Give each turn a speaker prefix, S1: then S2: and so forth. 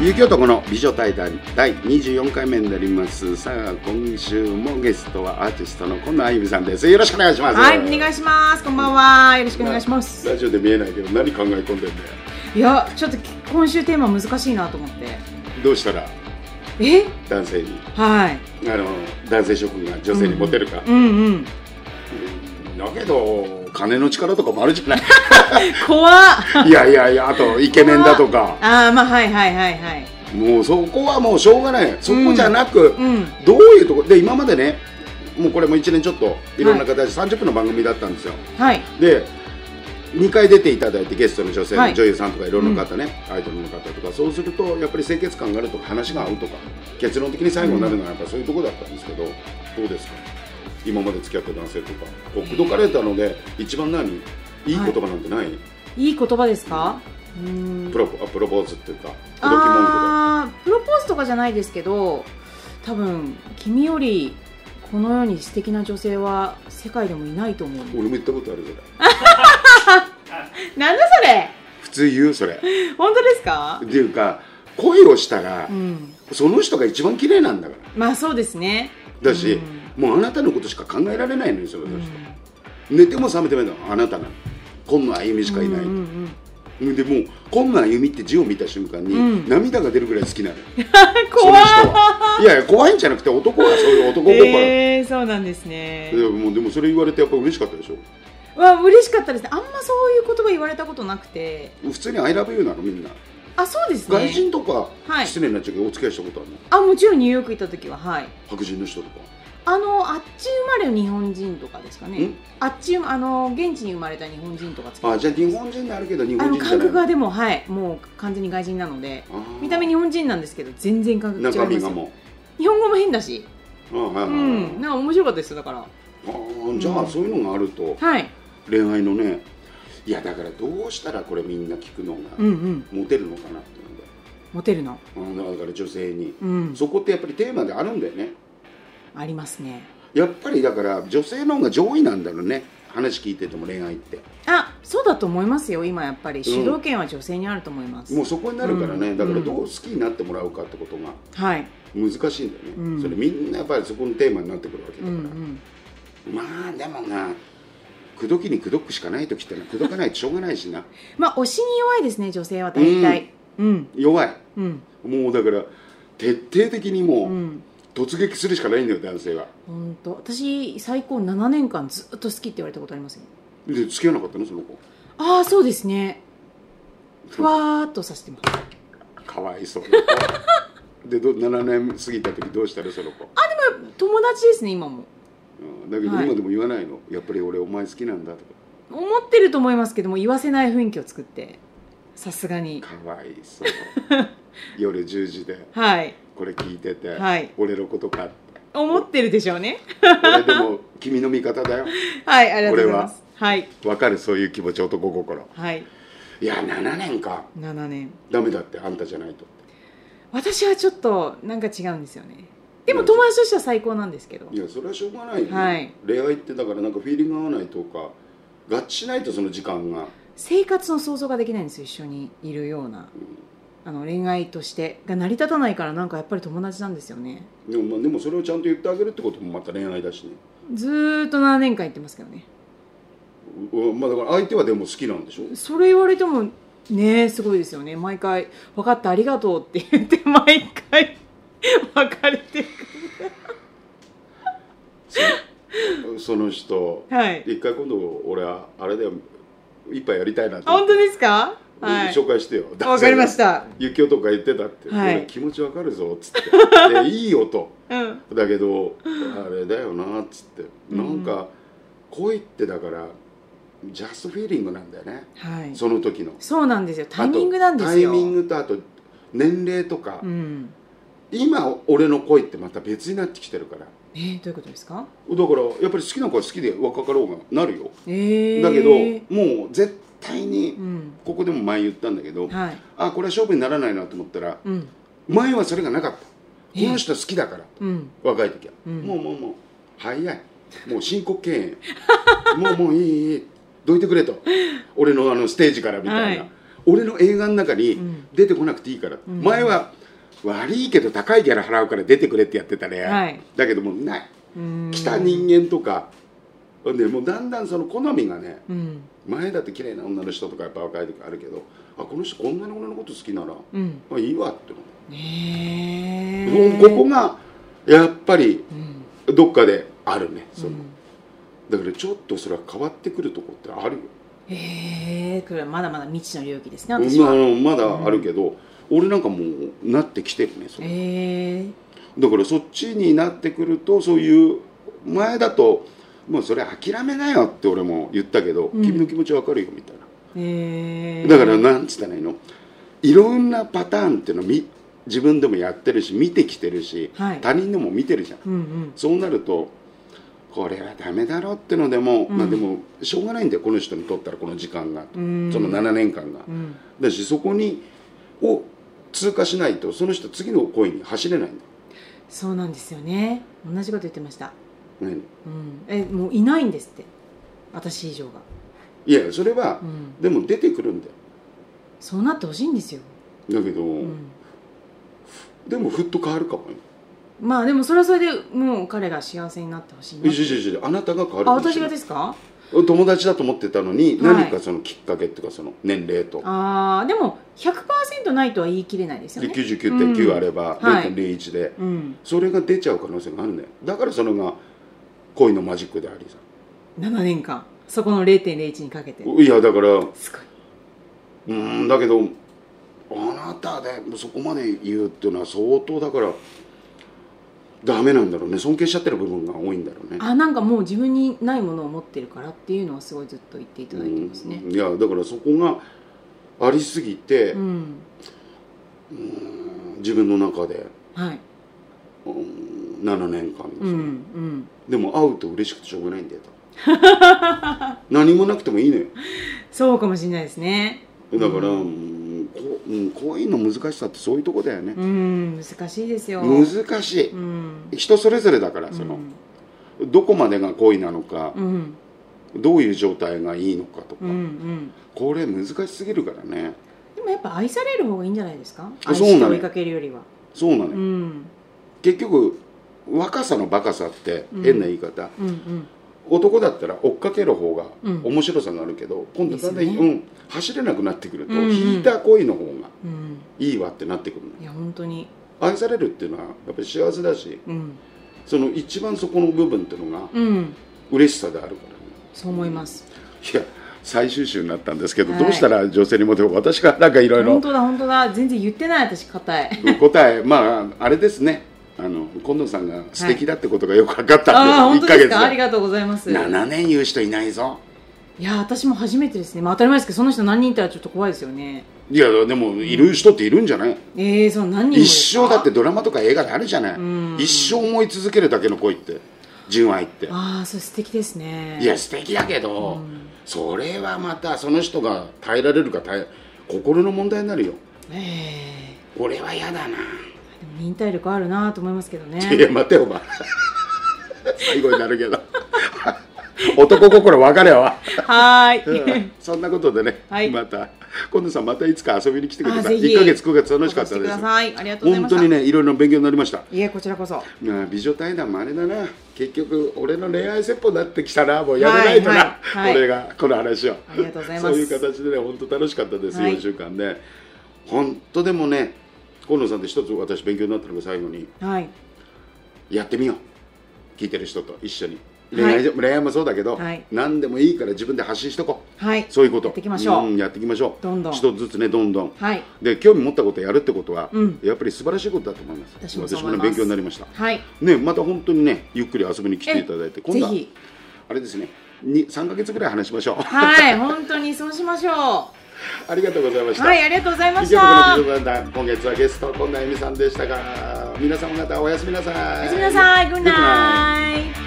S1: 雪男の美女対談第24回目になりますさあ今週もゲストはアーティストの今野あゆみさんですよろしくお願いします
S2: はい、お願いします。こんばんは。よろしくお願いします。
S1: ラジオで見えないけど何考え込んでんだよ
S2: いや、ちょっと今週テーマ難しいなと思って。
S1: どうしたら
S2: え、
S1: 男性に
S2: はい。
S1: あの男性諸君が女性にモテるか、
S2: うんうん。
S1: だけど金の力とかもあるじゃない
S2: 怖っ。
S1: いやいやいやあとイケメンだとか
S2: ああ、まあ、はいはいはいはい。
S1: もうそこはもうしょうがないそこじゃなく、
S2: うん。
S1: どういうとこで今までねもうこれも1年ちょっといろんな形で30分の番組だったんですよ、
S2: はい。
S1: で2回出ていただいてゲストの女性
S2: は
S1: の
S2: い
S1: 女優さんとかいろんな方ね、アイドルの方とかそうするとやっぱり清潔感があるとか話が合うとか結論的に最後になるのはやっぱそういうとこだったんですけどどうですか今まで付き合った男性とかこう口説かれたので一番何いい言葉なんてない、
S2: いい言葉ですか。うーん
S1: プロポあプロポーズっていうか口説き文
S2: ああ、プロポーズとかじゃないですけど。多分、君より。この世に素敵な女性は世界でもいないと思
S1: 句で
S2: う。
S1: 俺も言ったことあるそれ
S2: なんだそれ。
S1: 普通言うそれっ
S2: 本当ですか
S1: て。いうか恋をしたら
S2: うん。
S1: その人が一番綺麗なんだから
S2: まあ、そうですね。
S1: だし、
S2: う
S1: もうあなたのことしか考えられないのよその
S2: う
S1: 人、
S2: ん
S1: 寝ても覚めてもないのはあなたなの今野あゆみしかいない、
S2: うんうんうん
S1: でもう今野あゆみって字を見た瞬間に、
S2: うん
S1: 涙が出るぐらい好きなのその
S2: 怖
S1: 人
S2: い。
S1: はいやいや怖いんじゃなくて男はそういう男心、
S2: えー、そうなんですね
S1: いやもうでもそれ言われてやっぱ嬉しかったでしょ
S2: わ嬉しかったですねあんまそういう言葉言われたことなくて
S1: 普通に「I love you」なのみんな
S2: あそうですね
S1: 外人とか、
S2: はい
S1: 失礼になっちゃうけどお付き合いしたことあるの
S2: あもちろんニューヨーク行った時ははい
S1: 白人の人とか
S2: あのあっち生まれの日本人とかですかね
S1: ん
S2: あっちあの現地に生まれた日本人とかつけて
S1: あじゃあ日本人であるけど日
S2: あ
S1: 本
S2: の
S1: 人じゃ
S2: 感覚
S1: な
S2: が
S1: い
S2: でもはいもう完全に外人なので
S1: あー
S2: 見た目日本人なんですけど全然感覚違います
S1: 中身が
S2: よ
S1: も
S2: 日本語も変だし
S1: う、うんはいは
S2: う
S1: い
S2: ん
S1: はい
S2: なんか面白かったですよだから
S1: あーじゃあそういうのがあると
S2: はい
S1: 恋愛のねいやだからどうしたらこれみんな聞くのが、
S2: うんうん
S1: モテるのかなっていう
S2: モテるの
S1: のが、うん、だから女性に、
S2: うん
S1: そこってやっぱりテーマであるんだよね
S2: ありますね
S1: やっぱりだから女性の方が上位なんだろうね話聞いてても恋愛って
S2: あそうだと思いますよ今やっぱり主導権は女性にあると思います、
S1: もうそこになるからね、
S2: うん
S1: だからどう好きになってもらうかってことが
S2: はい、
S1: 難しいんだよね、
S2: うん
S1: それみんなやっぱりそこのテーマになってくるわけだ
S2: うん
S1: か
S2: う
S1: ら、ま
S2: ん、
S1: あでもな口説きに口説くしかない時ってのは口説かないとしょうがないしな
S2: まあ推しに弱いですね女性は大体うん
S1: 弱い
S2: うん
S1: もうだから徹底的にも
S2: う
S1: うん突撃するしかないんだよ男性は
S2: 本当、私最高7年間ずっと好きって言われたことありますよ
S1: で付き合わなかったのその子
S2: ああそうですねふわーっとさせてますあ
S1: かわいそうな子でど7年過ぎた時どうしたのその子、
S2: 友達ですね今も
S1: うん、だけど
S2: はい
S1: 今でも言わないの、やっぱり俺お前好きなんだと
S2: 思ってると思いますけども言わせない雰囲気を作ってさすがに
S1: かかわい そう夜10時で
S2: はい
S1: これ聞いてて、
S2: はい
S1: 俺のことかって
S2: 思ってるでしょうね
S1: 俺でも君の味方だよ
S2: はいありがとうございますはい
S1: わかるそういう気持ち男心
S2: はい
S1: いや7年か
S2: 7年
S1: ダメだってあんたじゃないと
S2: 私はちょっとなんか違うんですよねでも友達としては最高なんですけど
S1: いやそれはしょうがないよね、
S2: はい
S1: 恋愛ってだからなんかフィーリング合わないとか合致しないとその時間が
S2: 生活の想像ができないんですよ一緒にいるようなあの恋愛としてが成り立たないからなんかやっぱり友達なんですよね
S1: でもまあでもそれをちゃんと言ってあげるってこともまた恋愛だしね
S2: ずーっと7年間言ってますけどね
S1: うんまあだから相手はでも好きなんでしょ
S2: それ言われてもねすごいですよね毎回「分かったありがとう」って言って毎回別れてい
S1: そその人
S2: くはい
S1: 一回今度俺はあれだよ一杯やりたいなって
S2: あ本当ですかはい
S1: 紹介してよ
S2: わかりました
S1: ゆきおとか言ってたって、
S2: はい
S1: 俺気持ちわかるぞっつ ってでいいよと
S2: うん
S1: だけどあれだよなっつってなんか恋ってだからジャストフィーリングなんだよね
S2: はい
S1: その時の
S2: そうなんですよタイミングなんですよ
S1: あとタイミングとあと年齢とか、
S2: うん
S1: 今俺の恋ってまた別になってきてるから
S2: えー、どういうことですか
S1: だからやっぱり好きな子は好きで若かろうがなるよ
S2: えー、
S1: だけど、もう絶対に
S2: うん
S1: ここでも前言ったんだけど、
S2: はい
S1: あこれは勝負にならないなと思ったら
S2: うん
S1: 前はそれがなかったこ
S2: えー
S1: の人好きだから
S2: うん
S1: 若い時は、
S2: うん
S1: もうもうもう早いもう深刻敬遠 もうもういいいいどいてくれと俺のあのステージからみたいな、
S2: はい
S1: 俺の映画の中に
S2: うん
S1: 出てこなくていいから、
S2: うん
S1: 前は悪いけど高いギャラ払うから出てくれってやってたね、
S2: はい
S1: だけどもうないう
S2: ーん
S1: 来た人間とかでもうだんだんその好みがね
S2: うん
S1: 前だって綺麗な女の人とかやっぱ若い時あるけどあこの人こんなに俺のこと好きなら、
S2: うん
S1: まあ、いいわって思
S2: へ
S1: う、
S2: え
S1: ここがやっぱり
S2: うん
S1: どっかであるねその、
S2: うん
S1: だからちょっとそれは変わってくるとこってあるよ
S2: へえこれはまだまだ未知の領域ですね私
S1: まあ
S2: は
S1: まだあるけど、俺なんかもうなってきてるねそれ
S2: へえ
S1: だからそっちになってくるとそういう前だともうそれ諦めなよって俺も言ったけど、
S2: うん
S1: 君の気持ちわかるよみたいな
S2: へえ
S1: だからなんつったらいいのいろんなパターンっていうのみ自分でもやってるし見てきてるし
S2: はい
S1: 他人でも見てるじゃん
S2: うんうん
S1: そうなるとこれはダメだろってのでも、
S2: うん
S1: まあでもしょうがないんだよこの人にとったらこの時間が、
S2: うーん
S1: その7年間が、
S2: うん
S1: だしそこにを通過しないとその人次の恋に走れないんだ
S2: そうなんですよね同じこと言ってました
S1: よ、ね、
S2: うんえもういないんですって私以上が
S1: いやそれは
S2: う、ん
S1: でも出てくるんだよ
S2: そうなってほしいんですよ
S1: だけど、
S2: うん
S1: でもふっと変わるかもよ
S2: まあでもそれはそれでもう彼が幸せになってほしい
S1: いや
S2: な
S1: いやいやいやあなたが変わる
S2: あ
S1: かもし
S2: 私
S1: れな
S2: が
S1: い
S2: ですか
S1: 友達だと思ってたのに、
S2: はい
S1: 何かそのきっかけっていうかその年齢と
S2: あーでも100%ないとは言い切れないですよ
S1: で
S2: ね
S1: 99.9あれば
S2: うんはい
S1: 0.01で、
S2: うん
S1: それが出ちゃう可能性があるんだよだからそれが恋のマジックでありさ
S2: 7年間そこの0.01にかけて
S1: いやだからう
S2: すごい
S1: ーんだけどあなたでそこまで言うっていうのは相当だからダメなんだろうね尊敬しちゃってる部分が多いんだろうね
S2: あなんかもう自分にないものを持ってるからっていうのはすごいずっと言っていただいてますね
S1: うんいやだからそこがありすぎて、
S2: う、
S1: うんーん自分の中で、
S2: はい、
S1: うーん7年間、
S2: うんうん、
S1: でも会うと嬉しくてしょうがないんだよと 何もなくてもいいのよ
S2: そうかもしれないですね
S1: だから、
S2: う
S1: うんん、こううんこういうの難しさってそういうとこだよね
S2: う、ん難しいですよ
S1: 難しい
S2: うん
S1: 人それぞれだからその、どこまでが恋なのか
S2: う、ん
S1: どういう状態がいいのかとか、
S2: うんうん
S1: これ難しすぎるからね
S2: でもやっぱ愛される方がいいんじゃないですか
S1: あ
S2: 愛
S1: そうなの
S2: して追いかけるよりは
S1: そうなのよ、
S2: うん
S1: 結局若さのバカさって変な言い方、
S2: うんうん
S1: 男だったら追っかける方が
S2: うん
S1: 面白さがあるけど、今度だんだん、
S2: ですよ
S1: う
S2: ね
S1: ん、走れなくなってくると、
S2: うんうん
S1: 引いた恋の方が
S2: うん
S1: いいわってなってくるのよ
S2: いや本当に
S1: 愛されるっていうのはやっぱり幸せだし
S2: うん
S1: その一番そこの部分っていうのが
S2: うん
S1: 嬉しさであるから、ね、
S2: そう思います
S1: いや最終週になったんですけど、
S2: はい
S1: どうしたら女性にモテよう私がなんかいろい
S2: 本
S1: ろ
S2: 当だ本当だ全然言ってない私硬い
S1: 答えまああれですねあの近藤さんが素敵だってことがよく分かった
S2: ああ
S1: ん
S2: 本
S1: で
S2: 当
S1: す、
S2: で
S1: 一
S2: すかあり
S1: ヶ
S2: がとうございます
S1: 月で
S2: い
S1: 7年言う人いないぞ
S2: や私も初めてですねまあ当たり前ですけどその人何人いたらちょっと怖いですよね
S1: いやでもいる人っているんじゃない、
S2: ええその何人もで
S1: 一
S2: すか
S1: 生だってドラマとか映画であるじゃない、
S2: うん
S1: 一生思い続けるだけの恋って純愛って
S2: ああそれ素敵ですね
S1: いや素敵だけど、それはまたその人が耐えられるか耐え心の問題になるよ
S2: え
S1: 俺は嫌だな、
S2: えでも忍耐力あるなと思いますけどね
S1: いや待てよお前 最後になるけど 男心分かれ よ、
S2: は
S1: う
S2: ーい
S1: んそんなことでね、
S2: はい
S1: また今度さんまたいつか遊びに来てくだ
S2: あ
S1: さ
S2: ぜ
S1: い
S2: ひ
S1: 1か月9月楽しかった
S2: お越
S1: で
S2: し
S1: す
S2: くださいありがとうござい
S1: 本
S2: ました
S1: 当にねいろいろ勉強になりました
S2: いえこちらこそ
S1: まあ美女対談もあれだな結局俺の恋愛説法になってきたなもうやめないとな、
S2: はいはいはい
S1: 俺がこの話を
S2: ありがとうございます
S1: そういう形でね本当楽しかったです、
S2: はい
S1: 4週間ね本当でもね河野さんって一つ私勉強になったのが最後に
S2: はい
S1: やってみよう聞いてる人と一緒に
S2: はい
S1: 恋愛,、恋愛もそうだけど、
S2: はい
S1: 何でもいいから自分で発信しとこ
S2: はいう
S1: そういうこと
S2: やっていきましょうん
S1: やっていきましょう
S2: どんどん
S1: 一つずつねどんどん
S2: はい
S1: で興味持ったことやるってことは、
S2: うん
S1: やっぱり素晴らしいことだと思います
S2: 私もそう思い
S1: ね
S2: ます
S1: 勉強になりました
S2: はい
S1: ね、また本当にね、ゆっくり遊びに来ていただいて、今
S2: ぜ
S1: 度は
S2: ひ
S1: あれですね、に3ヶ月ぐらい話しましょう。
S2: はい本当にそうしましょ
S1: ありがとうございまし
S2: う
S1: た。
S2: はいありがとうございまし
S1: 池袋
S2: た
S1: の美女団今月はゲスト、近藤由美さんでしたが、皆様方おやすみなさい。
S2: おやすみなさい。グッナイ。